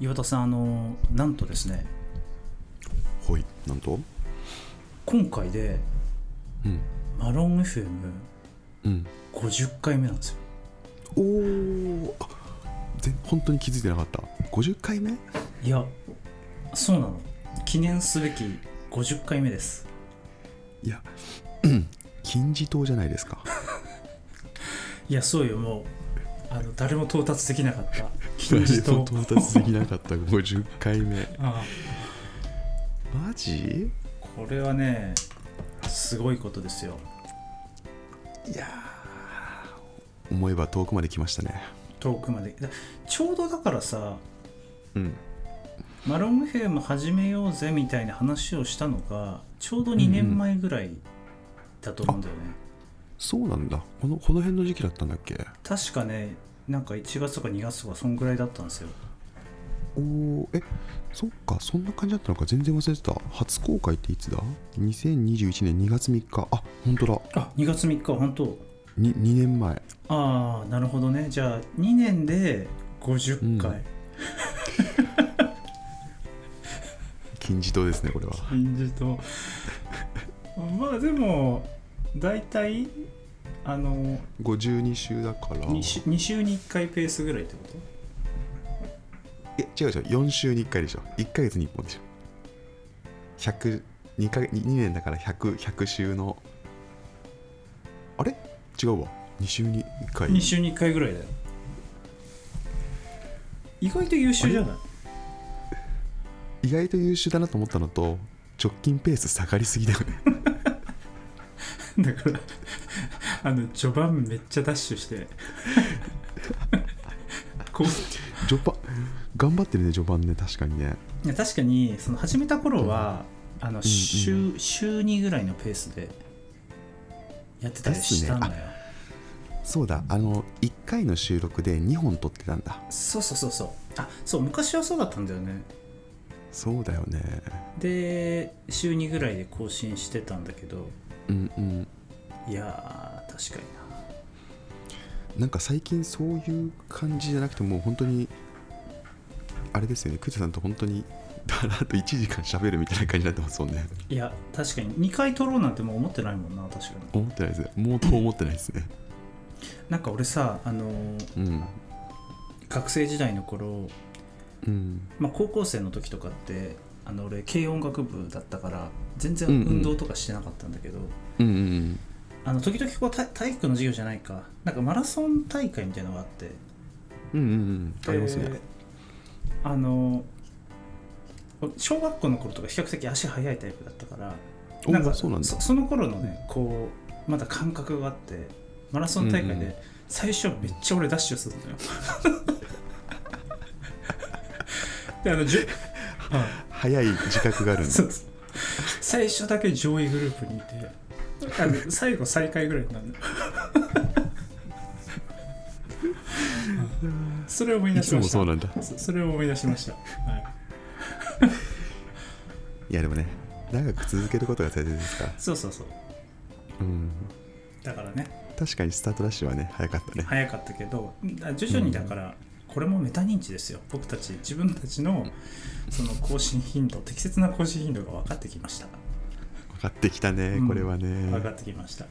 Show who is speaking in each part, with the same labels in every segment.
Speaker 1: 岩田さんあのなんとですね
Speaker 2: ほいなんと
Speaker 1: 今回で
Speaker 2: うん
Speaker 1: マロン
Speaker 2: うん
Speaker 1: FM50 回目なんですよ
Speaker 2: おお全本当に気づいてなかった50回目
Speaker 1: いやそうなの記念すべき50回目です
Speaker 2: いや金字塔じゃないですか
Speaker 1: いやそうよもうあの誰も到達できな かった金字
Speaker 2: 誰も
Speaker 1: 塔
Speaker 2: 到達できなかった50回目
Speaker 1: あ
Speaker 2: マジ
Speaker 1: これはねすごいことですよ
Speaker 2: いやー思えば遠くまで来ましたね
Speaker 1: 遠くまでだちょうどだからさ
Speaker 2: うん
Speaker 1: マロン FM 始めようぜみたいな話をしたのがちょうど2年前ぐらいだと思うんだよね、
Speaker 2: そうなんだこのこの辺の時期だったんだっけ
Speaker 1: 確かねなんか1月とか2月とかそんぐらいだったんですよ
Speaker 2: おおえそっかそんな感じだったのか全然忘れてた初公開っていつだ2021年2月3日あ本当だ
Speaker 1: あ2月3日本当
Speaker 2: に2年前
Speaker 1: ああなるほどねじゃあ2年で50回、
Speaker 2: 金字塔ですねこれは
Speaker 1: 感じと まあでも大体あの
Speaker 2: 52週だから
Speaker 1: 2週 ,2 週に1回ペースぐらいってこと
Speaker 2: え違う違う4週に1回でしょ1ヶ月に1本でしょ100 2, か2年だから100100週のあれ違うわ2週に1回
Speaker 1: 2週に1回ぐらいだよ意外と優秀じゃない
Speaker 2: 意外と優秀だなと思ったのと直近ペース下がりすぎだよね
Speaker 1: だ からあの序盤めっちゃダッシュして こう
Speaker 2: 序盤頑張ってるね序盤ね確かにね
Speaker 1: いや確かにその始めた頃は、あの週,、週2ぐらいのペースでやってたりしたんだよ、
Speaker 2: そうだあの1回の収録で2本撮ってたんだ
Speaker 1: そうそうそうそうあそう昔はそうだったんだよね
Speaker 2: そうだよね
Speaker 1: で週2ぐらいで更新してたんだけど
Speaker 2: うんうん
Speaker 1: いやー確かにな
Speaker 2: なんか最近そういう感じじゃなくてもう本当にあれですよね久世さんと本当に だらっと1時間喋るみたいな感じになってますもんね
Speaker 1: いや確かに2回撮ろうなんてもう思ってないもんな確かに
Speaker 2: 思ってないですねもうと思ってないですね
Speaker 1: なんか俺さあのー
Speaker 2: うん
Speaker 1: 学生時代の頃、
Speaker 2: うん
Speaker 1: まあ、高校生の時とかってあの俺軽音楽部だったから全然
Speaker 2: うんうん
Speaker 1: 運動とかしてなかったんだけど、
Speaker 2: うんうん
Speaker 1: あの時々こう体体育の授業じゃないかなんかマラソン大会みたいなのがあって
Speaker 2: うんうんうんありますね
Speaker 1: であの小学校の頃とか比較的足速いタイプだったから
Speaker 2: お
Speaker 1: なんか
Speaker 2: そうなんだ
Speaker 1: そその頃のねこうまだ感覚があってマラソン大会
Speaker 2: うんうん
Speaker 1: で最初めっちゃ俺ダッシュするの よ であのじゅ、
Speaker 2: 早い自覚があるんだ
Speaker 1: そうそう最初だけ上位グループにいてあの最後最下位ぐらいになるのうんそれを思い
Speaker 2: い
Speaker 1: 出し
Speaker 2: つ
Speaker 1: ま
Speaker 2: も
Speaker 1: した
Speaker 2: そうなんだ
Speaker 1: そそれを思い出しました、はい、
Speaker 2: いやでもね長く続けることが大切ですから
Speaker 1: そうそうそう
Speaker 2: うん
Speaker 1: だからね
Speaker 2: 確かにスタートダッシュはね早かったね
Speaker 1: 早かったけどだ徐々にだから、これもメタ認知ですよ僕たち自分たちのその更新頻度適切な更新頻度が分かってきました
Speaker 2: 分かってきたね
Speaker 1: うん
Speaker 2: これはね、
Speaker 1: 分
Speaker 2: も
Speaker 1: かってきました
Speaker 2: う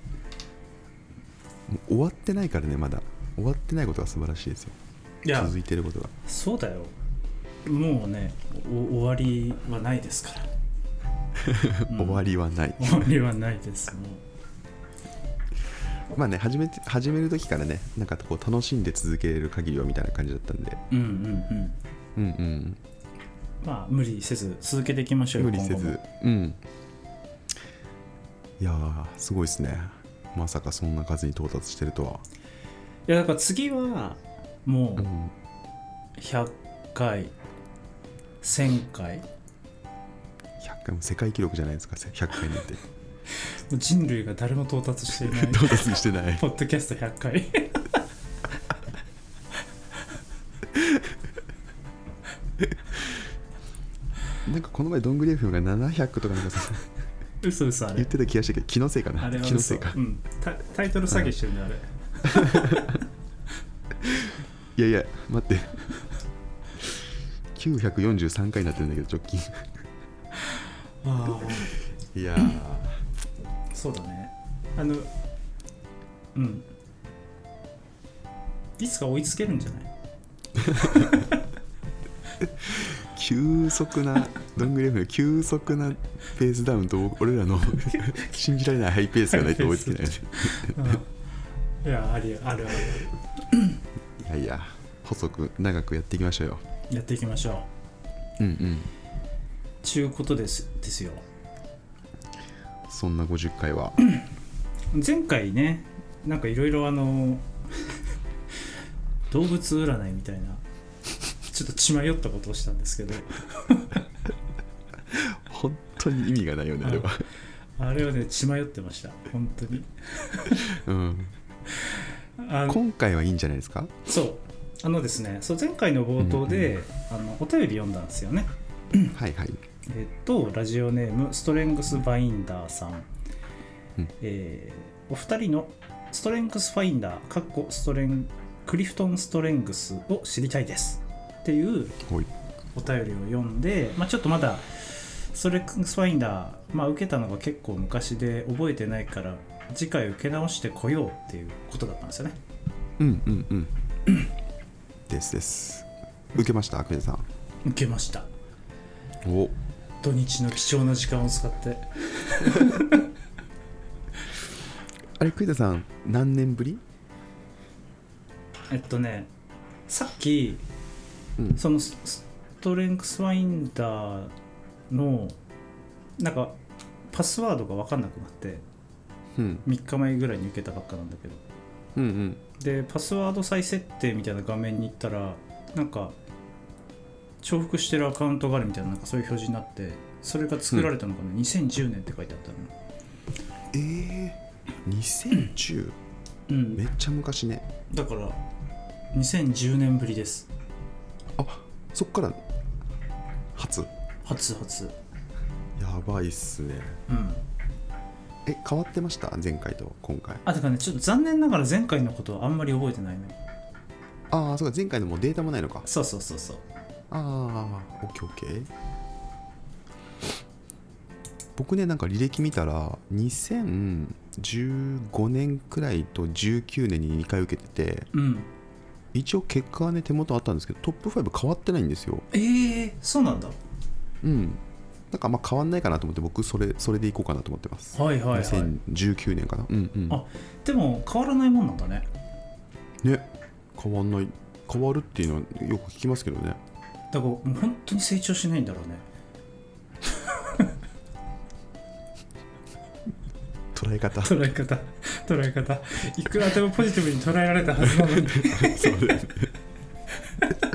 Speaker 2: 終わってないからねまだ終わってないことが素晴らしいですよ
Speaker 1: いや
Speaker 2: 続いてることが
Speaker 1: そうだよもうねお終わりはないです から
Speaker 2: 終わ
Speaker 1: り
Speaker 2: りはない、
Speaker 1: 終わりはないですもう
Speaker 2: まあね始めて始める時からねなんかこう楽しんで続けれる限りはみたいな感じだったんで
Speaker 1: うんうんうん
Speaker 2: うんうん
Speaker 1: まあ無理せず続けていきましょうよ
Speaker 2: 無理せ
Speaker 1: 今後も
Speaker 2: ずうんいやーすごいですねまさかそんな数に到達してるとは、
Speaker 1: いやだから次はもう
Speaker 2: う、
Speaker 1: ん100回1000回も
Speaker 2: 100回も世界記録じゃないですか100回なんて
Speaker 1: う人類が誰も到達していない
Speaker 2: 到達してない
Speaker 1: ポッドキャスト100回
Speaker 2: なんかこの前どんぐり FM が700とかなんかさ
Speaker 1: 嘘嘘あ
Speaker 2: 言
Speaker 1: れ
Speaker 2: ってた気がしたけど気のせいかな
Speaker 1: あれは
Speaker 2: 気の
Speaker 1: 嘘
Speaker 2: せいか
Speaker 1: うん、タタイトル詐欺してるねあれ
Speaker 2: いやいや待って943回になってるんだけど直近
Speaker 1: ああ
Speaker 2: いやー
Speaker 1: そうだねあのうんいつか追いつけるんじゃない
Speaker 2: 急速 などんぐり F の急速なペースダウンと俺 らの信じられないハイペースがないと追いつけ ないよね
Speaker 1: いやありあるあ
Speaker 2: いやいや細く長くやっていきましょうよ
Speaker 1: るやっていきましょ
Speaker 2: うんうん
Speaker 1: うちゅうことですですよ
Speaker 2: そんな50回は
Speaker 1: 前回ねなんかいろいろあの 動物占いみたいなちょっと血迷ったことをしたんですけど
Speaker 2: 本当に意味がないよねあれは
Speaker 1: あれはね血迷ってました本当に
Speaker 2: うん
Speaker 1: あの
Speaker 2: 今回はいいんじゃないですか
Speaker 1: そうあのですねそう前回の冒頭で、あのお便り読んだんですよね
Speaker 2: はいはい
Speaker 1: えっとラジオネームストレングスバインダーさん、
Speaker 2: うん
Speaker 1: えーお二人のストレングスファインダーかっこストレンクリフトンストレングスを知りたいですっていう
Speaker 2: ほい
Speaker 1: お便りを読んで、まあ、ちょっとまだストレングスファインダー、まあ、受けたのが結構昔で覚えてないから次回受け直してこようっていうことだったんですよね
Speaker 2: うんうんうんですです受けました久米さん
Speaker 1: 受けました
Speaker 2: お
Speaker 1: 土日の貴重な時間を使って
Speaker 2: あれ久田さん何年ぶり
Speaker 1: えっとねさっき
Speaker 2: うん
Speaker 1: そのスストレングスファインダーのなんかパスワードが分かんなくなって
Speaker 2: うん
Speaker 1: 3日前ぐらいに受けたばっかなんだけど
Speaker 2: うんうん
Speaker 1: でパスワード再設定みたいな画面に行ったらなんか重複してるアカウントがあるみたいななんかそういう表示になってそれが作られたのがね、2010年って書いてあったのよ
Speaker 2: ええー、2010
Speaker 1: うん
Speaker 2: めっちゃ昔ね
Speaker 1: だから2010年ぶりです
Speaker 2: あそっから初
Speaker 1: 初初
Speaker 2: やばいっすね
Speaker 1: うん
Speaker 2: え変わってました前回と今回
Speaker 1: あだからねちょっと残念ながら前回のことはあんまり覚えてないね
Speaker 2: ああそうか前回のもうデータもないのか
Speaker 1: そうそうそうそう
Speaker 2: ああオッケーオッケー僕ねなんか履歴見たら2015年くらいと19年に2回受けてて
Speaker 1: うん
Speaker 2: 一応結果はね手元あったんですけどトップ5変わってないんですよ
Speaker 1: ええそうなんだ
Speaker 2: うんなんかあんま変わんないかなと思って僕それそれでいこうかなと思ってます
Speaker 1: はいはいはい
Speaker 2: 2019年かな、うんうん
Speaker 1: あでも変わらないもんなんだね
Speaker 2: ね変わんない変わるっていうのはよく聞きますけどね
Speaker 1: だからもう本当に成長しないんだろうね
Speaker 2: 捉え方
Speaker 1: 捉え方捉え方いくらでもポジティブに捉えられたはずなのに
Speaker 2: そうだよね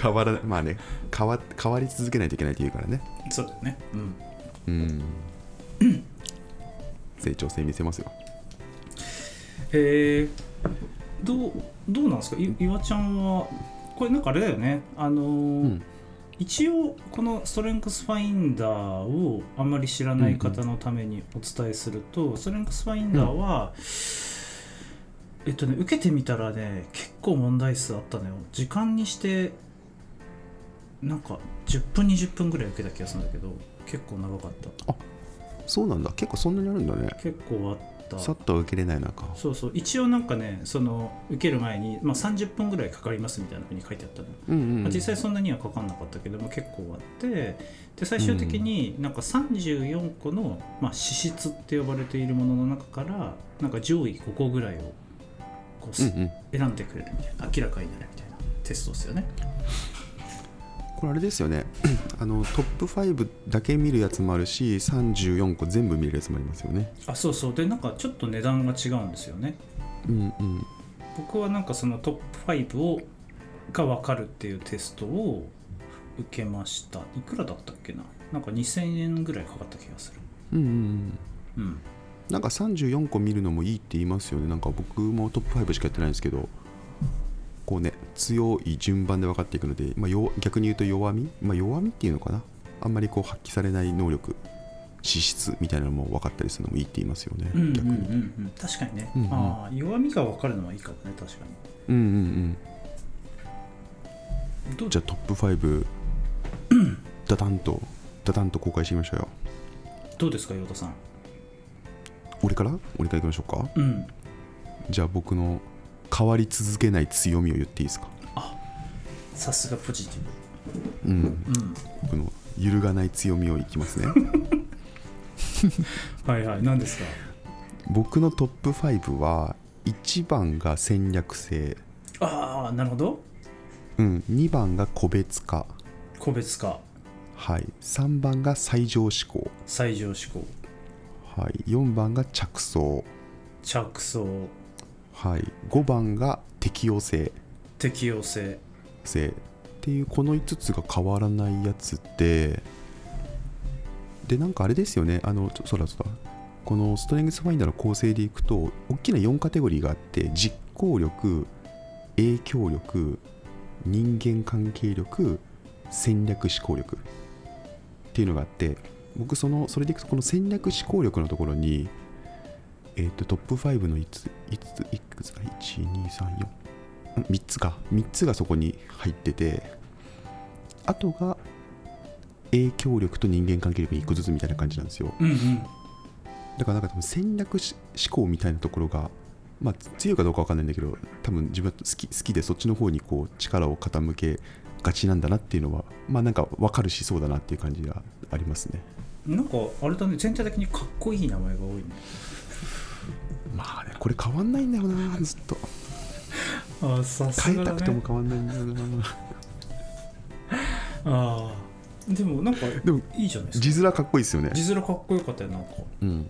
Speaker 2: 変わらないまあね変わ変わり続けないといけないっていうからね
Speaker 1: そうだよねうん
Speaker 2: うん成長性見せますよ
Speaker 1: えー、どうどうなんですかい岩ちゃんはこれなんかあれだよねあのー
Speaker 2: ん
Speaker 1: 一応このストレングスファインダーをあんまり知らない方のためにお伝えすると、ストレングスファインダーは、えっとね受けてみたらね結構問題数あったのよ時間にしてなんか10分20分ぐらい受けた気がするんだけど結構長かった
Speaker 2: そうなんだ結構そんなにあるんだね
Speaker 1: 結構あった
Speaker 2: さっとは受けれないのか
Speaker 1: そうそう一応なんかねその受ける前に、まあ、30分ぐらいかかりますみたいなふうに書いてあったの、
Speaker 2: うん
Speaker 1: まあ、実際そんなにはかかんなかったけども結構あってで最終的になんか34個の、まあ、資質って呼ばれているものの中からなんか上位5個ぐらいをこう
Speaker 2: うん
Speaker 1: 選
Speaker 2: うん
Speaker 1: んでくれるみたいな明らかになるみたいなテストですよね
Speaker 2: これあれですよね あのトップ5だけ見るやつもあるし34個全部見るやつもありますよね
Speaker 1: あそうそうでなんかちょっと値段が違うんですよね
Speaker 2: うんうん
Speaker 1: 僕はなんかそのトップ5をが分かるっていうテストを受けましたいくらだったっけななんか2000円ぐらいかかった気がする
Speaker 2: うんうんう
Speaker 1: う
Speaker 2: ん
Speaker 1: ん
Speaker 2: なんか34個見るのもいいって言いますよねなんか僕もトップ5しかやってないんですけどこうね強い順番で分かっていくので、まあ、弱逆に言うと弱み、まあ、弱みっていうのかなあんまりこう発揮されない能力資質みたいなのも分かったりするのもいいって言いますよね、
Speaker 1: うんうんうん
Speaker 2: 逆に
Speaker 1: うん確かにね、
Speaker 2: うんうん
Speaker 1: ああ弱みが分かるのはいいかもね確か
Speaker 2: うんうんうん
Speaker 1: どう
Speaker 2: じゃあトップ5ダダンとダダンと公開してみましょうよ
Speaker 1: どうですか、ヨウタさん。
Speaker 2: 俺から俺からいきましょうか
Speaker 1: うん。
Speaker 2: じゃあ僕の変わり続けない強みを言っていいですか
Speaker 1: さすがポジティ
Speaker 2: うん
Speaker 1: ブ。うん。
Speaker 2: 僕の揺るがない強みをいきますね
Speaker 1: はいはい、何ですか
Speaker 2: 僕のトップ5は1番が戦略性、
Speaker 1: ああ、なるほど。
Speaker 2: うん、2番が個別化、
Speaker 1: 個別化、
Speaker 2: はい、3番が最上志向、
Speaker 1: 最上志向、
Speaker 2: はい、4番が着想、
Speaker 1: 着想、
Speaker 2: はい、5番が適応性
Speaker 1: 適応性。
Speaker 2: 性っていうこの5つが変わらないやつででなんかあれですよねあのちょそうだそうだこのストレングスファインダーの構成でいくと大きな4カテゴリーがあって実行力影響力人間関係力戦略思考力っていうのがあって僕そのそれでいくとこの戦略思考力のところにえっ、とトップ5の5つ5ついくつか1234 3つか3つがそこに入っててあとが影響力と人間関係力に1個ずつみたいな感じなんですよ
Speaker 1: うんうん。
Speaker 2: だからなんか多分戦略し思考みたいなところがまあ強いかどうかわかんないんだけど多分自分は好き好きでそっちの方にこう力を傾けがちなんだなっていうのはまあなんか分かるしそうだなっていう感じがありますね
Speaker 1: なんかあれだね全体的にかっこいい名前が多いね
Speaker 2: まあねこれ変わんないんだよなずっと
Speaker 1: ああさ
Speaker 2: 変えたくても変わんないんだよな
Speaker 1: ああでもなんか
Speaker 2: でも
Speaker 1: いいじゃないですか
Speaker 2: 字面かっこいいですよね
Speaker 1: 字面かっこよかったよなんか
Speaker 2: うん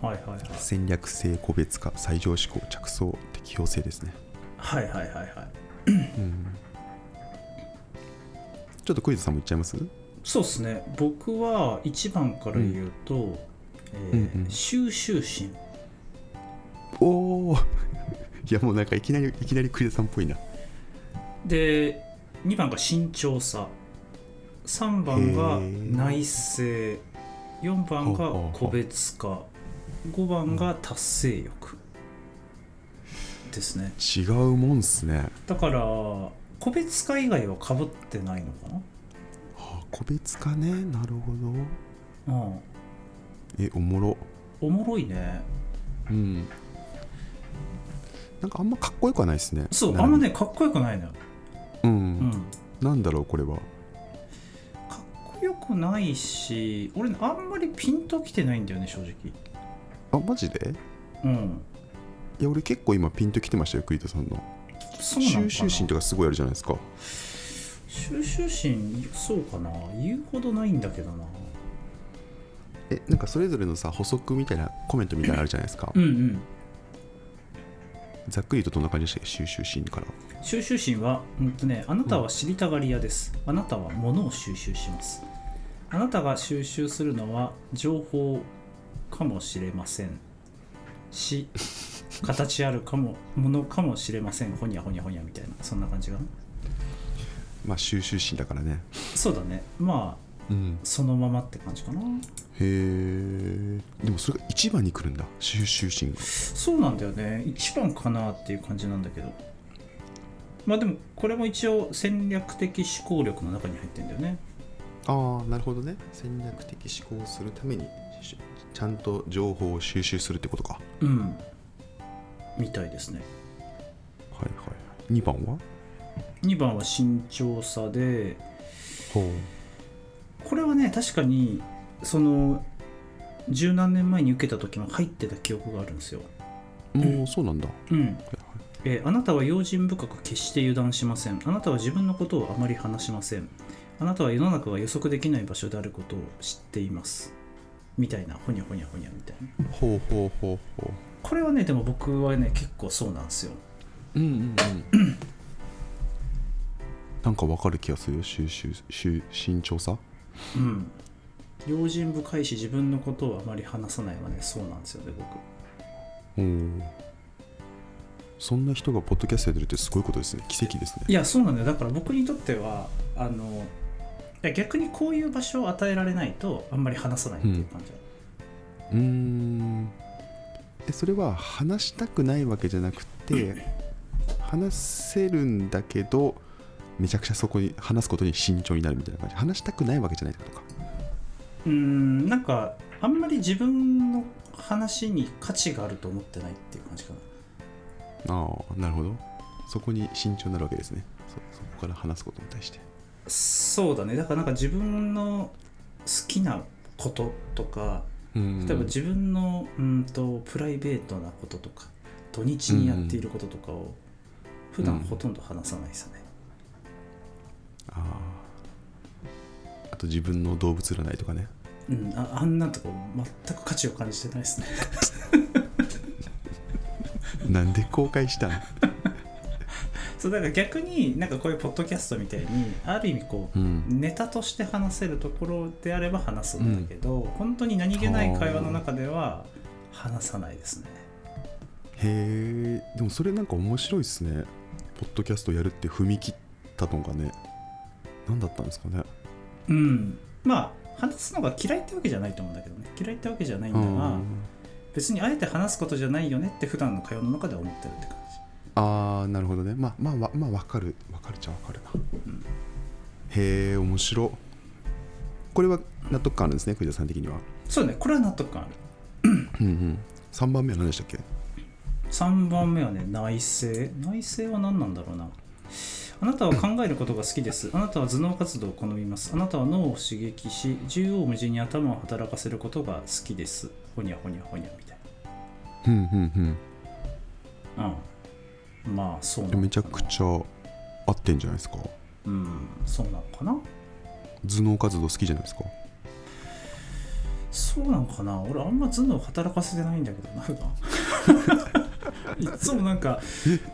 Speaker 1: はいはいはい
Speaker 2: 戦略性個別化最上志向着想適応性ですね、
Speaker 1: はいはいはいはい
Speaker 2: ちょっとクイズさんも言っちゃいます
Speaker 1: そうですね僕は1番から言うと、えー
Speaker 2: うんうん
Speaker 1: 収集心
Speaker 2: おお いやもうなんかいきなりいきなりクイズさんっぽいな
Speaker 1: で2番が慎重さ3番が内政4番が個別化5番が達成欲ですね
Speaker 2: 違うもんっすね、
Speaker 1: だから個別化以外はかぶってないのか
Speaker 2: はあ、個別化ねなるほど
Speaker 1: なうん
Speaker 2: えおもろ
Speaker 1: おもろいね
Speaker 2: うんなんかあんまかっこよくはないですね
Speaker 1: そう
Speaker 2: 並
Speaker 1: あん
Speaker 2: び
Speaker 1: まねかっこよくないのよ、
Speaker 2: うん、
Speaker 1: うん、
Speaker 2: なんだろうこれは
Speaker 1: かっこよくないし俺あんまりピンときてないんだよね正直
Speaker 2: あマジで
Speaker 1: うん
Speaker 2: いや俺結構今ピンときてましたよクイズさんの
Speaker 1: そうなのかな
Speaker 2: 収集心とかすごいあるじゃないですか
Speaker 1: 収集心そうかな言うほどないんだけどな
Speaker 2: えなんかそれぞれのさ補足みたいなコメントみたいなのあるじゃないですか
Speaker 1: うんうん
Speaker 2: ざっくりとどんな感じでしたっけ収集心から
Speaker 1: 収集心は、うんとね、あなたは知りたがり屋ですあなたは物を収集しますあなたが収集するのは情報かもしれませんし形あるかもものかもしれませんほにゃほにゃほにゃみたいなそんな感じかな
Speaker 2: まあ収集心だからね
Speaker 1: そうだねまあ
Speaker 2: うん
Speaker 1: そのままって感じかな
Speaker 2: へえでもそれが一番に来るんだ収集心が
Speaker 1: そうなんだよね一番かなっていう感じなんだけどまあでもこれも一応戦略的思考力の中に入ってんだよね
Speaker 2: ああなるほどね戦略的思考をするためにしちゃんと情報を収集するってことかは
Speaker 1: うんみたいですね
Speaker 2: いはい2番は
Speaker 1: 2番は慎重さで
Speaker 2: ほう
Speaker 1: これはね確かにその十何年前に受けた時も入ってた記憶があるんですよ、
Speaker 2: もうそうなんだ、
Speaker 1: うんえーあなたは用心深く決して油断しませんあなたは自分のことをあまり話しませんあなたは世の中が予測できない場所であることを知っていますみたいなほにゃほにゃほにゃみたいな
Speaker 2: ほうほうほうほ
Speaker 1: これはねでも僕はね結構そうなんですよ
Speaker 2: ううんうんうんなんかわかる気がするよ収集収慎重さ
Speaker 1: うん用心深いし自分のことをあまり話さないはねそうなんですよね僕
Speaker 2: おーそんな人がポッドキャストやってるってすごいことですね奇跡ですね
Speaker 1: いやそうなんだよだから僕にとってはあのいや逆にこういう場所を与えられないとあんまり話さないっていう感じ、
Speaker 2: うーんえそれは話したくないわけじゃなくて話せるんだけどめちゃくちゃそこに話すことに慎重になるみたいな感じ話したくないわけじゃないってことか
Speaker 1: うんなんかあんまり自分の話に価値があると思ってないっていう感じかな
Speaker 2: ああなるほどそこに慎重になるわけですねそそこから話すことに対して
Speaker 1: そうだねだからなんか自分の好きなこととか
Speaker 2: うん
Speaker 1: 例えば自分のうんとプライベートなこととか土日にやっていることとかを普段ほとんど話さないですね、
Speaker 2: あああと自分の動物占いとかね
Speaker 1: うんああんなとこ全く価値を感じてないですね
Speaker 2: なんで公開したん
Speaker 1: そうだから逆になんかこういうポッドキャストみたいにある意味こう
Speaker 2: うん
Speaker 1: ネタとして話せるところであれば話すんだけど、本当に何気ない会話の中では話さないですね
Speaker 2: へえでもそれなんか面白いですねポッドキャストやるって踏み切ったのがね何だったんですかね
Speaker 1: うんまあ話すのが嫌いってわけじゃないと思うんだけどね嫌いってわけじゃないんだが、
Speaker 2: うん
Speaker 1: 別にあえて話すことじゃないよねって普段の会話の中では思ってるって感じ
Speaker 2: ああなるほどねまあまあわまあ分かる分かるっちゃ分かるな、
Speaker 1: ん
Speaker 2: へえ面白これは納得感あるんですね藤田さん的には
Speaker 1: そうねこれは納得感ある
Speaker 2: うんうん3番目は何でしたっけ
Speaker 1: 3番目はね内政内政は何なんだろうなあなたは考えることが好きですあなたは頭脳活動を好みますあなたは脳を刺激し縦横無尽に頭を働かせることが好きですほにゃほにゃほにゃみたい
Speaker 2: うんうん
Speaker 1: なうんまあそうなの
Speaker 2: うん
Speaker 1: かな
Speaker 2: めちゃくちゃ合ってんじゃないですか
Speaker 1: うんそうなのかな
Speaker 2: 頭脳活動好きじゃないですか
Speaker 1: そうなんかな俺あんま頭脳働かせてないんだけどな普 段いっつもなんか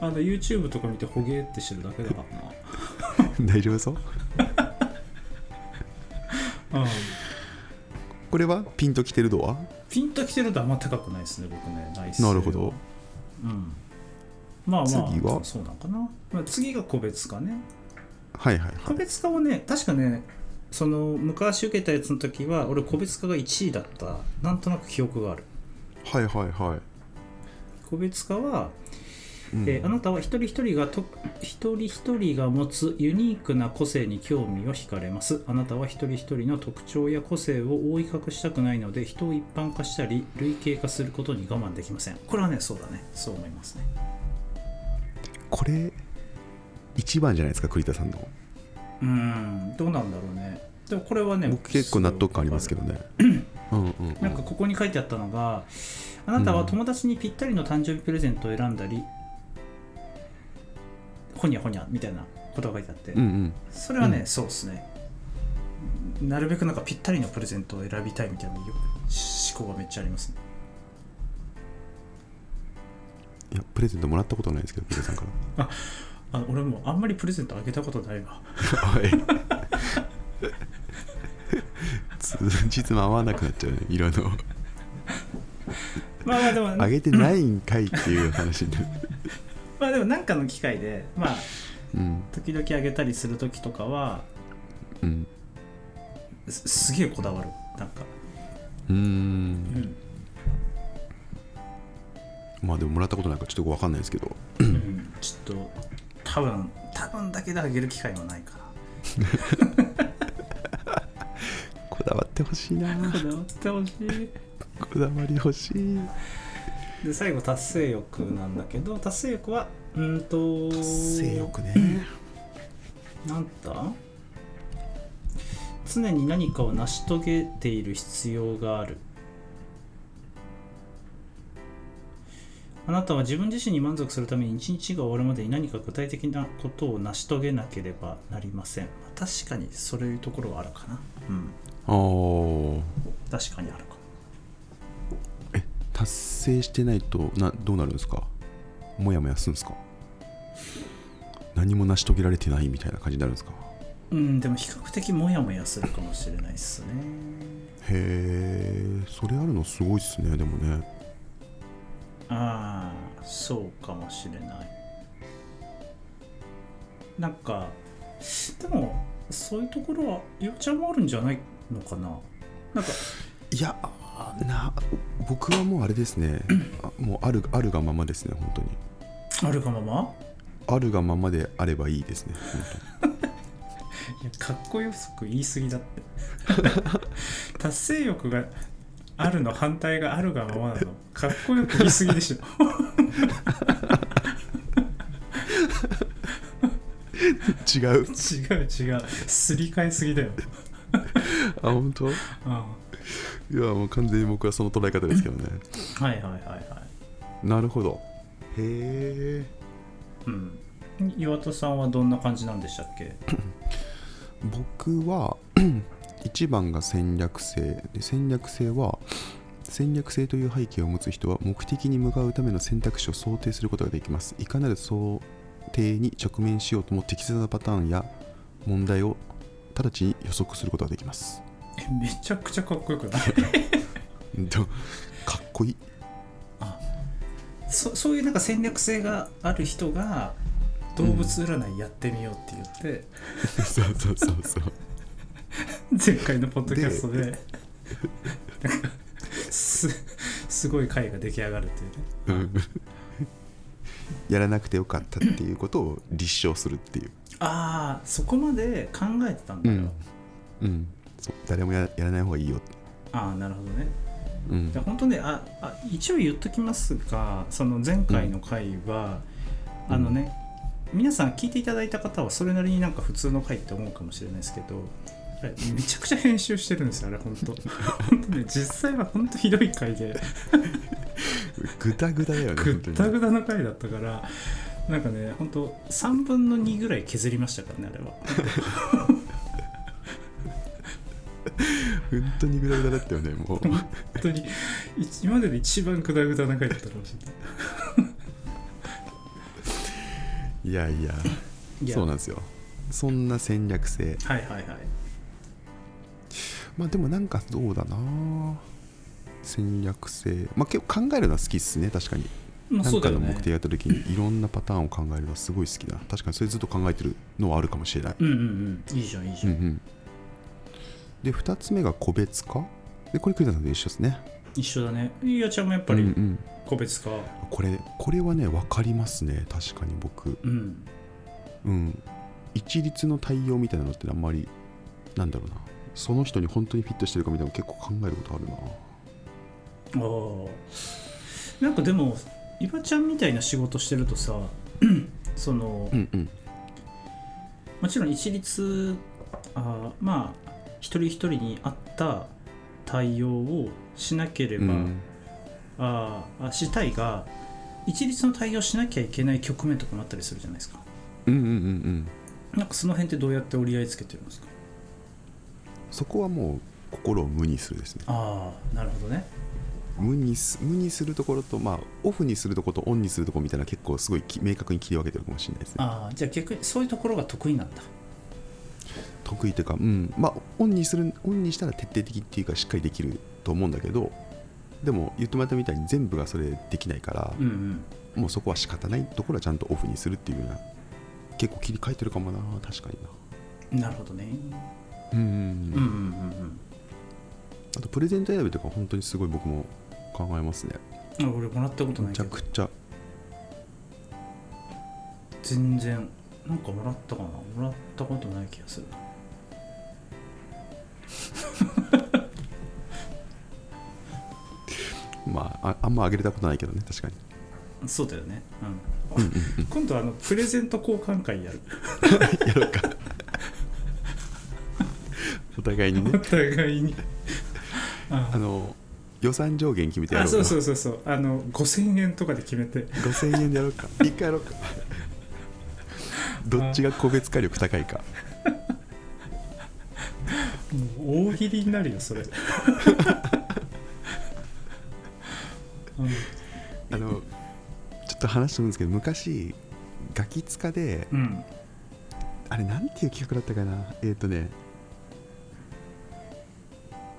Speaker 1: あの YouTube とか見てほげーってしてるだけだからな
Speaker 2: 大丈夫そう
Speaker 1: うん
Speaker 2: これはピンときてる度は
Speaker 1: ピンときてるとあんま高くないですね僕ねナイス
Speaker 2: なるほど
Speaker 1: うんまあまあ
Speaker 2: 次は
Speaker 1: そうなんかな、まあ、次が個別化ね
Speaker 2: はいはいは
Speaker 1: 個
Speaker 2: い
Speaker 1: 別化はね確かねその昔受けたやつの時は俺個別化が1位だったなんとなく記憶がある
Speaker 2: はいはいはい、
Speaker 1: 個別化は
Speaker 2: うん
Speaker 1: えーあなたは一人一人がと一人一人が持つユニークな個性に興味を惹かれますあなたは一人一人の特徴や個性を覆い隠したくないので人を一般化したり類型化することに我慢できませんこれはねそうだねそう思いますね
Speaker 2: これ一番じゃないですか栗田さんの
Speaker 1: うーんどうなんだろうねでもこれはね
Speaker 2: 僕結構納得感ありますけどねうんうんうん
Speaker 1: なんかここに書いてあったのがあなたは友達にぴったりの誕生日プレゼントを選んだり、ほにゃほにゃみたいなことが書いてあって、
Speaker 2: うんうん
Speaker 1: それはね、
Speaker 2: うん
Speaker 1: そうですねなるべくなんかぴったりのプレゼントを選びたいみたいなよ思考がめっちゃありますね
Speaker 2: いやプレゼントもらったことないですけど栗田さんか
Speaker 1: あ俺もあんまりプレゼントあげたことない わ
Speaker 2: らはい つじつま合わなくなっちゃうね色の
Speaker 1: まあまあでも
Speaker 2: あげてないんかいっていう話 になる
Speaker 1: まあでもなんかの機会でまあ
Speaker 2: うん
Speaker 1: 時々あげたりする時とかは
Speaker 2: うん
Speaker 1: すすげえこだわるなんか
Speaker 2: うー
Speaker 1: うんん、
Speaker 2: まあでももらったことないからちょっと分かんないですけど
Speaker 1: うん、ちょっと多分多分だけであげる機会はないか
Speaker 2: こだわってほしい
Speaker 1: な
Speaker 2: な
Speaker 1: こだわってほしい
Speaker 2: こだわりほしい
Speaker 1: で最後達成欲なんだけど達成欲はうんと
Speaker 2: 達成欲ね
Speaker 1: なんだ常に何かを成し遂げている必要があるあなたは自分自身に満足するために一日が終わるまでに何か具体的なことを成し遂げなければなりません、まあ確かにそういうところはあるかなうん
Speaker 2: ああ
Speaker 1: 確かにあるかも
Speaker 2: 達成してないとなどうなるんですかもやもやするんですか何も成し遂げられてないみたいな感じになるんですか
Speaker 1: うんでも比較的モヤモヤするかもしれないですね
Speaker 2: へえそれあるのすごいっすねでもね
Speaker 1: ああそうかもしれないなんかでもそういうところはゆうちゃんもあるんじゃないのかななんか
Speaker 2: いやな僕はもうあれです ねあもうあるあるがままですね本当に
Speaker 1: あるがまま
Speaker 2: あるがままであればいいですね本
Speaker 1: やかっこよく言い過ぎだって 達成欲があるの反対があるがままなのかっこよく言い過ぎでしょ
Speaker 2: 違う
Speaker 1: 違う違うすり替えすぎだよ、
Speaker 2: あ本当い
Speaker 1: うん、は
Speaker 2: やもう完全に僕はその捉え方ですけどね
Speaker 1: いはいはいはい、
Speaker 2: なるほどへえ
Speaker 1: うん、岩田さんはどんな感じなんでしたっけ
Speaker 2: 僕は 1番が戦略性で戦略性は戦略性という背景を持つ人は目的に向かうための選択肢を想定することができますいかなる想定に直面しようとも適切なパターンや問題を直ちに予測することができます
Speaker 1: え めちゃくちゃかっこよくない
Speaker 2: うんとかっこいい
Speaker 1: そそういうなんか戦略性がある人が動物占いやってみようって言って、
Speaker 2: そうそうそうそう
Speaker 1: 前回のポッドキャストでなんか すすごい回が出来上がるっていうね
Speaker 2: うんやらなくてよかったっていうことを立証するっていう、
Speaker 1: ああそこまで考えてたんだよ、
Speaker 2: うんうん、そう誰もややらない方がいいよって、
Speaker 1: ああなるほどね
Speaker 2: うん
Speaker 1: で本当ねああ一応言っときますがその前回の回は、
Speaker 2: うん
Speaker 1: あのね皆さん聞いていただいた方はそれなりになんか普通の回って思うかもしれないですけどあれめちゃくちゃ編集してるんですよあれ本 当本当ね実際は本当ひどい回で
Speaker 2: グダグダだよね
Speaker 1: ぐ
Speaker 2: 本
Speaker 1: っ
Speaker 2: 当に
Speaker 1: たぐだの回だったからなんかね本当3分の2ぐらい削りましたからねあれは
Speaker 2: 本当にグダグダだったよねもう
Speaker 1: 本当に一今までで一番グダグダな回だったかもしれない
Speaker 2: いやいや
Speaker 1: いや
Speaker 2: そうなんですよそんな戦略性
Speaker 1: はいはいはい
Speaker 2: まあでもなんかどうだな戦略性まあ結構考えるのは好きっすね確かに
Speaker 1: まあそ
Speaker 2: 何
Speaker 1: うだ
Speaker 2: か
Speaker 1: よ
Speaker 2: の目
Speaker 1: ね
Speaker 2: 的やった時にいろんなパターンを考えるのはすごい好きだ確かにそれずっと考えてるのはあるかもしれない
Speaker 1: うんうんうんいいじゃんいいじ
Speaker 2: う
Speaker 1: ゃん、
Speaker 2: んうんで2つ目が個別化でこれ栗田さんと一緒ですね
Speaker 1: 一緒だねいやちゃんもやっぱ
Speaker 2: うん
Speaker 1: り
Speaker 2: うん
Speaker 1: 個別化
Speaker 2: これこれはね分かりますね確かに僕
Speaker 1: うん、
Speaker 2: うん、一律の対応みたいなのってあんまりなんだろうなその人に本当にフィットしてるかみたいなの結構考えることあるな
Speaker 1: ああなんかでもイバちゃんみたいな仕事してるとさ その
Speaker 2: んうん
Speaker 1: もちろん一律あーまあ一人一人に合った対応をしなければ、あーあしたいが一律の対応しなきゃいけない局面とかもあったりするじゃないですか
Speaker 2: うんうんうんうん
Speaker 1: なんかその辺ってどうやって折り合いつけてるんですか
Speaker 2: そこはもう心を無にするですね
Speaker 1: ああなるほどね
Speaker 2: 無にす無にするところと、まあ、オフにするところとオンにするところみたいな結構すごいき明確に切り分けてるかもしれないですね
Speaker 1: ああじゃあ逆にそういうところが得意なんだ
Speaker 2: 得意というか、うんまあ、オンにするオンにしたら徹底的っていうかしっかりできると思うんだけどでも言ってもらったみたいに全部がそれできないから、
Speaker 1: うんうん
Speaker 2: もうそこは仕方ないところはちゃんとオフにするっていうような結構切り替えてるかもな確かにな
Speaker 1: なるほどね
Speaker 2: うん
Speaker 1: うんうんうん
Speaker 2: あとプレゼント選びとか本当にすごい僕も考えますね
Speaker 1: うんあ俺もらったことな
Speaker 2: め
Speaker 1: い
Speaker 2: ち
Speaker 1: け
Speaker 2: ゃ
Speaker 1: ど
Speaker 2: くちゃ
Speaker 1: 全然なんかもらったかなもらったことない気がするな
Speaker 2: まあああんま上げれたことないけどね確かに
Speaker 1: そうだよねうん今度あのプレゼント交換会やる
Speaker 2: やろうかお互いに
Speaker 1: お
Speaker 2: ね
Speaker 1: 互いにあ
Speaker 2: あの予算上限決めてや
Speaker 1: あ
Speaker 2: ろうか
Speaker 1: そうそうそうそうあの5000円とかで決めて
Speaker 2: 5000円でやろ うか一回やろうかどっちが個別化力高いか
Speaker 1: もう大喜利になるよ それうん
Speaker 2: あのちょっと話してるんですけど昔ガキツカで
Speaker 1: うん
Speaker 2: あれなんていう企画だったかなえっ、ー、とね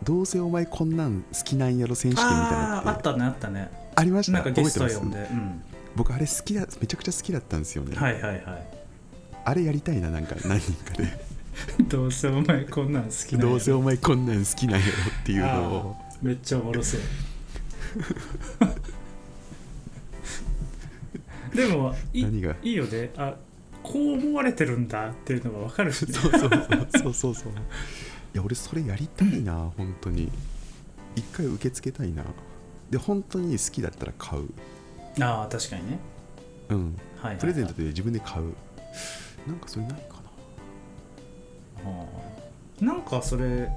Speaker 2: どうせお前こんなん好きなんやろ選手権みたいな
Speaker 1: あああ
Speaker 2: の
Speaker 1: ったねあったね
Speaker 2: ありました
Speaker 1: なんかゲスト
Speaker 2: 覚えて
Speaker 1: 呼ん
Speaker 2: ます
Speaker 1: で、うん、
Speaker 2: 僕あれ好きだめちゃくちゃ好きだったんですよね、
Speaker 1: はいはいはい
Speaker 2: あれやりたいななんか何人 かで
Speaker 1: どうせお前こんなん好きなんやろ
Speaker 2: どうせお前こんなん好きなんやろっていうのを
Speaker 1: あーめっちゃおもろ そうでもい
Speaker 2: 何が
Speaker 1: いいよねあここう思われてるんだっていうのが分かるし、ね、
Speaker 2: そうそうそうそうそうそういや俺それやりたいな本当に一回受け付けたいなで本当に好きだったら買う
Speaker 1: ああ確かにね
Speaker 2: うん
Speaker 1: はいはい、はい、
Speaker 2: プレゼントで自分で買うなんかそれないかな
Speaker 1: あーなんかそれ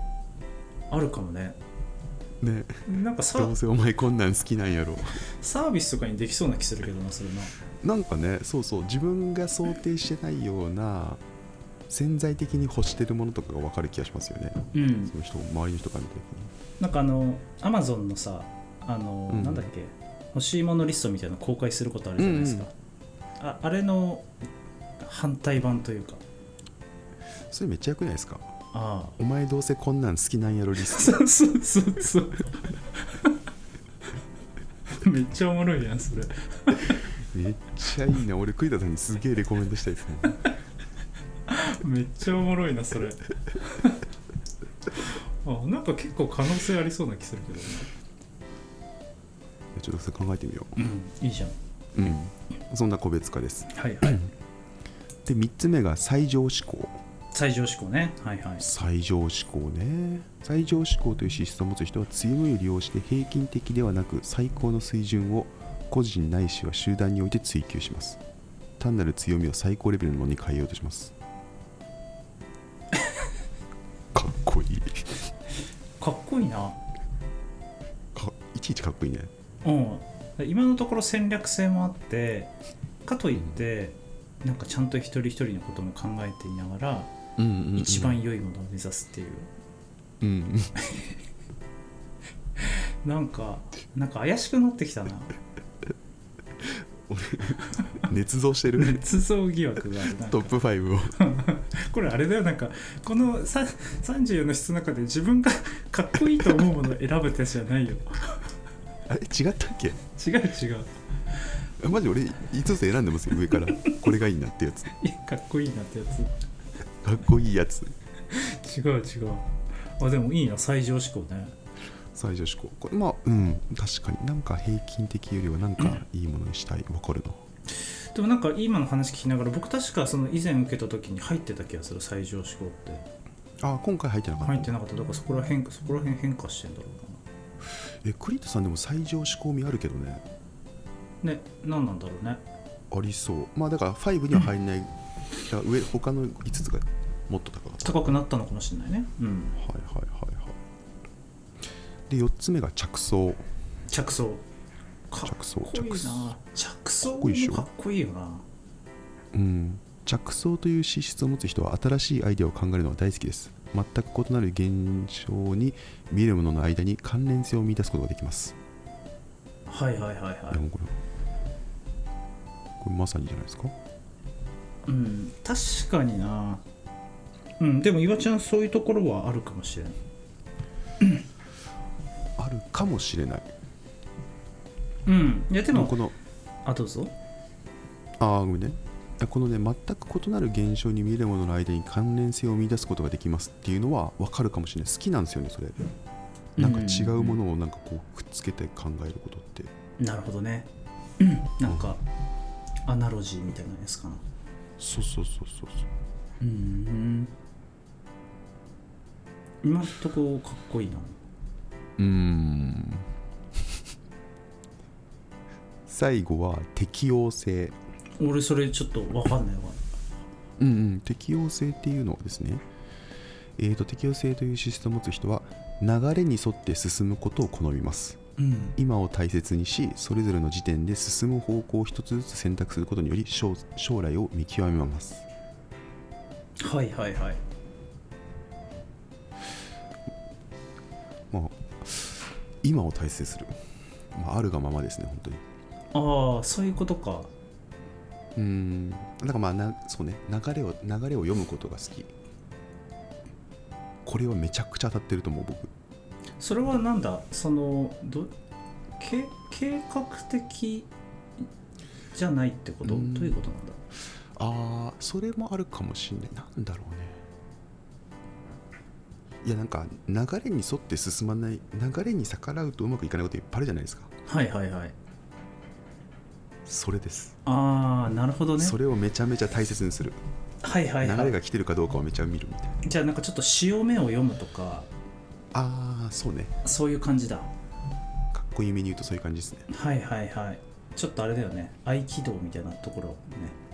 Speaker 1: あるかもね
Speaker 2: ね
Speaker 1: なんかサ
Speaker 2: どうせお前こんなん好きなんやろ
Speaker 1: サービスとかにできそうな気するけどなそれな
Speaker 2: なんかねそうそう自分が想定してないような潜在的に欲してるものとかが分かる気がしますよね
Speaker 1: うん
Speaker 2: その人周りの人から見た時に
Speaker 1: なんかあのアマゾンのさあの、
Speaker 2: うん
Speaker 1: なんだっけ欲しいものリストみたいなの公開することあるじゃないですか、ああれの反対版というか
Speaker 2: それめっちゃ良くないですか
Speaker 1: あ
Speaker 2: お前どうせこんなん好きなんやろリス
Speaker 1: あそうそうそうそうめっちゃおもろいやんそれ
Speaker 2: トめっちゃいいな俺栗田さんにすげえレコメンドしたいですね
Speaker 1: めっちゃおもろいなそ れあなんか結構可能性ありそうな気するけどね、
Speaker 2: ちょっとそれ考えてみよ
Speaker 1: うん、いいじゃん
Speaker 2: ううんそんな個別化です
Speaker 1: はいはい
Speaker 2: で3つ目が最上志向
Speaker 1: 最上志向ねはいはい
Speaker 2: 最上志向ね最上志向という資質を持つ人は強みを利用して平均的ではなく最高の水準を個人ないしは集団において追求します単なる強みを最高レベルのものに変えようとします かっこいい
Speaker 1: かっこいいな
Speaker 2: かいちいちかっこいいね
Speaker 1: うん今のところ戦略性もあってかといって、なんかちゃんと一人一人のことも考えていながら、
Speaker 2: うんうん、
Speaker 1: 一番良いものを目指すっていう
Speaker 2: うん
Speaker 1: なんかなんか怪しくなってきたな
Speaker 2: 捏造してる
Speaker 1: 捏造疑惑があるなんか
Speaker 2: トップ5を
Speaker 1: これあれだよなんかこのさ34の質の中で自分が かっこいいと思うものを選ぶ手じゃないよ
Speaker 2: あれ違ったっけ
Speaker 1: 違う違う
Speaker 2: あマジ俺5つ選んでますよ上からこれがいいなってやつか
Speaker 1: いやかっこいいなってや
Speaker 2: っこいいやつ
Speaker 1: つ違う違うあでもいいな最上志向ね
Speaker 2: 最上志向これまあうん確かになんか平均的よりはなんかいいものにしたいわかるな
Speaker 1: でもなんか今の話聞きながら僕確かその以前受けた時に入ってた気がする最上志向って
Speaker 2: あ今回入ってなかった
Speaker 1: 入ってなかっただからそこら辺そこら辺変化してんだろ
Speaker 2: えクリトさんでも最上志向味あるけどね
Speaker 1: うなね何なんだろうね
Speaker 2: ありそうまあだから5には入んない、が上他の5つがもっと高かった
Speaker 1: 高くなったのかもしれないねうん
Speaker 2: はいはいはいはいで4つ目が着想
Speaker 1: 着想かっ
Speaker 2: 着想
Speaker 1: こいい
Speaker 2: 着想
Speaker 1: な着想
Speaker 2: こいいでし
Speaker 1: も
Speaker 2: ょ
Speaker 1: かっこいいよな
Speaker 2: うん着想という資質を持つ人は新しいアイデアを考えるのが大好きです全く異なる現象に見えるものの間に関連性を見出すことができます
Speaker 1: はいはいはいはい
Speaker 2: でもこれこれまさにじゃないですか
Speaker 1: うん確かになうんでも岩ちゃんそういうところはあるかもしれない
Speaker 2: あるかもしれない
Speaker 1: うんいやで
Speaker 2: でも
Speaker 1: も
Speaker 2: この
Speaker 1: あどうぞ
Speaker 2: ああごめんねこのね全く異なる現象に見えるものの間に関連性を見出すことができますっていうのは分かるかもしれない好きなんですよねそれなんか違うものをなんかこうくっつけて考えることって
Speaker 1: なるほどねなんかアナロジーみたいなやつかな
Speaker 2: そうそうそうそうそう
Speaker 1: うん今んとこかっこいいな
Speaker 2: うーん最後は適応性
Speaker 1: 俺それちょっと分かんないわ
Speaker 2: うんうん適応性っていうのはですねえー、と適応性という資質を持つ人は流れに沿って進むことを好みます
Speaker 1: うん
Speaker 2: 今を大切にしそれぞれの時点で進む方向を一つずつ選択することにより将将来を見極めます
Speaker 1: はいはいはい
Speaker 2: まあ今を大切にする、まあ、あるがままですね本当に
Speaker 1: ああそういうことか
Speaker 2: うーんなんかまあなそうね流れを流れを読むことが好きこれはめちゃくちゃ当たってると思う僕
Speaker 1: それはなんだそのどけ計画的じゃないってことど
Speaker 2: う
Speaker 1: うんいうことなんだ
Speaker 2: あーそれもあるかもしんないなんだろうねいやなんか流れに沿って進まない流れに逆らうとうまくいかないこといっぱいあるじゃないですか
Speaker 1: はいはいはい
Speaker 2: それです、
Speaker 1: ああなるほどね
Speaker 2: それをめちゃめちゃ大切にする、
Speaker 1: はいはい
Speaker 2: 流
Speaker 1: は
Speaker 2: れ
Speaker 1: い
Speaker 2: が来てるかどうかをめちゃ見るみたいな
Speaker 1: じゃあなんかちょっと潮目を読むとか
Speaker 2: ああそうね
Speaker 1: そういう感じだ
Speaker 2: かっこいい目に言うとそういう感じですね
Speaker 1: はいはいはいちょっとあれだよね合気道みたいなところ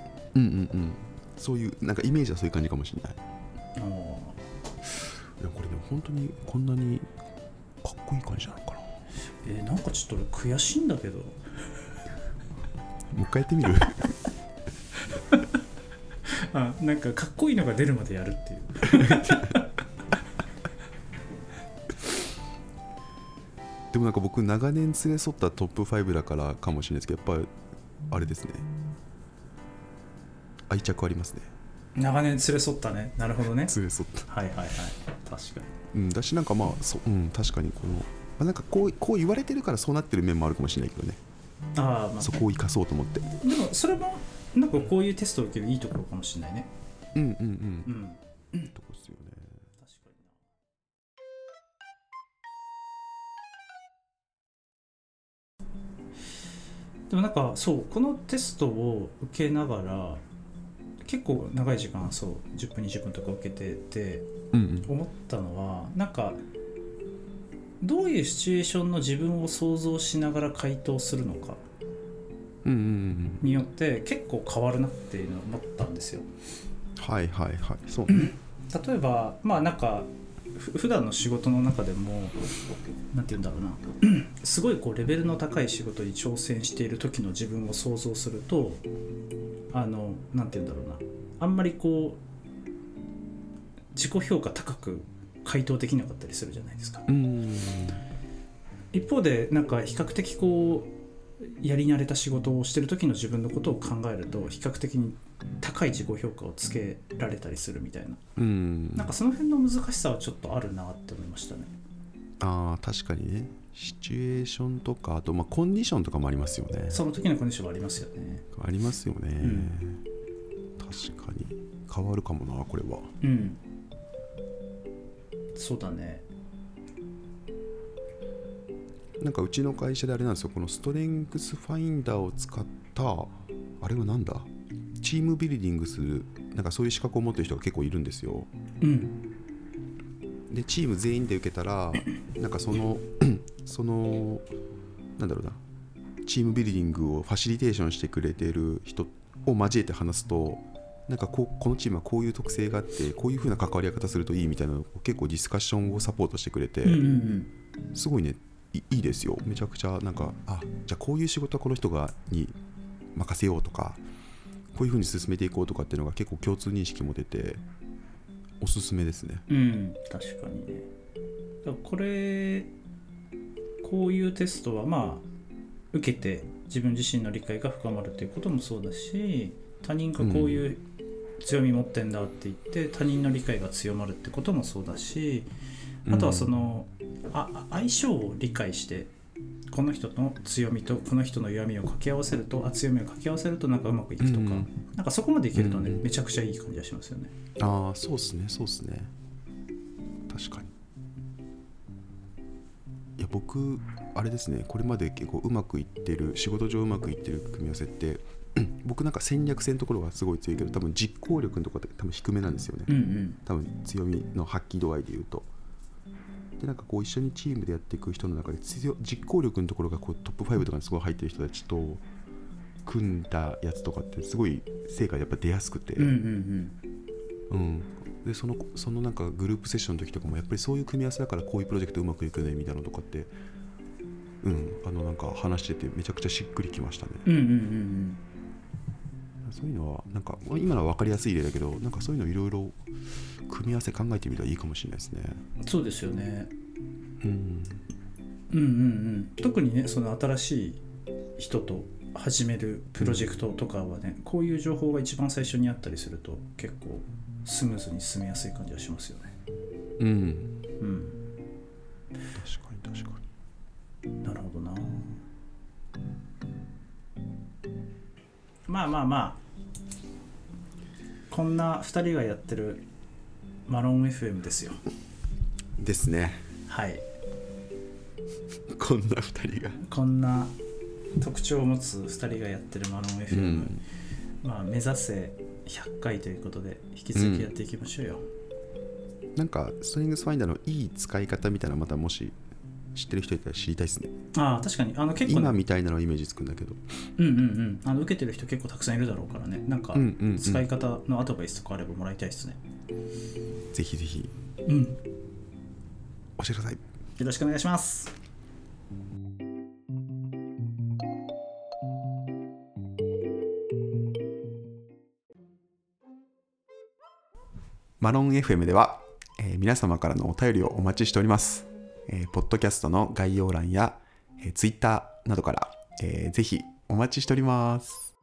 Speaker 1: ね
Speaker 2: うんうんうんそういうなんかイメージはそういう感じかもしれないい
Speaker 1: お
Speaker 2: やこれでも本当にこんなにかっこいい感じなのかなも
Speaker 1: ーえーなんかちょっと俺悔しいんだけど
Speaker 2: う一回やってみる
Speaker 1: あなんかかっこいいのが出るまでやるっていう
Speaker 2: でもなんか僕長年連れ添ったトップ5だからかもしれないですけどやっぱあれですね愛着ありますね
Speaker 1: 長年連れ添ったねなるほどね
Speaker 2: 連れ添った
Speaker 1: はいはいはい確かに
Speaker 2: うん、だしなんかまあそ、うん、確かにこの、まあ、なんかこうこう言われてるからそうなってる面もあるかもしれないけどね
Speaker 1: ああま
Speaker 2: そこを生かそうと思って
Speaker 1: あでもそれもなんかこういうテストを受けるいいところかもしれないね
Speaker 2: うんうんうん
Speaker 1: うん確
Speaker 2: とこっすよね
Speaker 1: かになでもなんかそうこのテストを受けながら結構長い時間そう10分20分とか受けてて
Speaker 2: うんうん
Speaker 1: 思ったのはなんかどういうシチュエーションの自分を想像しながら回答するのか
Speaker 2: うんうんうん
Speaker 1: によって結構変わるなっていうのを思ったんですよ。
Speaker 2: はいはいはいそうね
Speaker 1: 例えばまあなんかふ普段の仕事の中でも何て言うんだろうな すごいこうレベルの高い仕事に挑戦している時の自分を想像するとあの何て言うんだろうなあんまりこう自己評価高く回答できなかったりするじゃないですか。
Speaker 2: うん
Speaker 1: 一方でなんか比較的こうやり慣れた仕事をしてる時の自分のことを考えると比較的に高い自己評価をつけられたりするみたいな
Speaker 2: うん
Speaker 1: なんかその辺の難しさはちょっとあるなって思いましたね
Speaker 2: あー確かにねシチュエーションとかあとまあコンディションとかもありますよね
Speaker 1: その時のコンディションはありますよね
Speaker 2: ありますよね、
Speaker 1: ん
Speaker 2: 確かに変わるかもなこれは
Speaker 1: うんそうだね
Speaker 2: なんかうちの会社であれなんですよこのストレングスファインダーを使ったあれはなんだチームビルディングするなんかそういう資格を持ってる人が結構いるんですよ
Speaker 1: うん
Speaker 2: でチーム全員で受け たらなんかその そのなんだろうなチームビルディングをファシリテーションしてくれている人を交えて話すとなんかこうこのチームはこういう特性があってこういう風な関わり方するといいみたいなのを結構ディスカッションをサポートしてくれて、
Speaker 1: うんうんうん
Speaker 2: すごいねいいいですよめちゃくちゃなんかあじゃあこういう仕事はこの人がに任せようとかこういうふうに進めていこうとかっていうのが結構共通認識も出ておすすめですね
Speaker 1: うん確かにねだからこれこういうテストはまあ受けて自分自身の理解が深まるということもそうだし他人がこういう強み持ってんだって言って、他人の理解が強まるってこともそうだしあとはその、ああ相性を理解してこの人の強みとこの人の弱みを掛け合わせるとあ強みを掛け合わせるとなんかうまくいくとか、
Speaker 2: うんうん
Speaker 1: なんかそこまでいけるとね、
Speaker 2: うんうん
Speaker 1: めちゃくちゃいい感じがしますよね。
Speaker 2: ああそうっすねそうっすね確かにいや僕あれですねこれまで結構うまくいってる仕事上うまくいってる組み合わせって うん僕なんか戦略性のところがすごい強いけど多分実行力のところって多分低めなんですよね、
Speaker 1: うんうん
Speaker 2: 多分強みの発揮度合いで言うとでなんかこう一緒にチームでやっていく人の中で強実行力のところがこうトップ5とかにすごい入ってる人たちと組んだやつとかってすごい成果やっぱ出やすくて、
Speaker 1: うんうんうん
Speaker 2: うんでそのそのなんかグループセッションの時とかもやっぱりそういう組み合わせだからこういうプロジェクトうまくいくねみたいなのとかってうんあのなんか話しててめちゃくちゃしっくりきましたね
Speaker 1: うんうんうん
Speaker 2: そういうのはなんか今のは分かりやすい例だけどなんかそういうのいろいろ組み合わせ考えてみたらいいかもしれないですね
Speaker 1: うんそうですよね
Speaker 2: うん
Speaker 1: うんうんうん特にねその新しい人と始めるプロジェクトとかはね、こういう情報が一番最初にあったりすると結構スムーズに進めやすい感じがしますよね
Speaker 2: うん
Speaker 1: うん
Speaker 2: 確かに確かに
Speaker 1: なるほどなまあまあまあこんな2人がやってるマロン FM ですよ
Speaker 2: ですね
Speaker 1: はい
Speaker 2: こんな2人が
Speaker 1: こんな特徴を持つ2人がやってるマロン FM、
Speaker 2: うん、
Speaker 1: まあ、目指せ100回ということで引き続きやっていきましょうよ、
Speaker 2: なんかストリングスファインダーのいい使い方みたいなのまたもし知ってる人いたら知りたいですね
Speaker 1: ああ確かにあの結構ね、
Speaker 2: 今みたいなのイメージつくんだけど
Speaker 1: うんうんうんあの受けてる人結構たくさんいるだろうからねなんか
Speaker 2: うんうんうん
Speaker 1: 使い方のアドバイスとかあればもらいたいですね
Speaker 2: ぜひぜひ
Speaker 1: うんよ
Speaker 2: 教えてください
Speaker 1: ろしくお願いします
Speaker 2: マロン FM では、えー皆様からのお便りをお待ちしております。えーポッドキャストの概要欄や、えー、Twitter などから、えーぜひお待ちしております。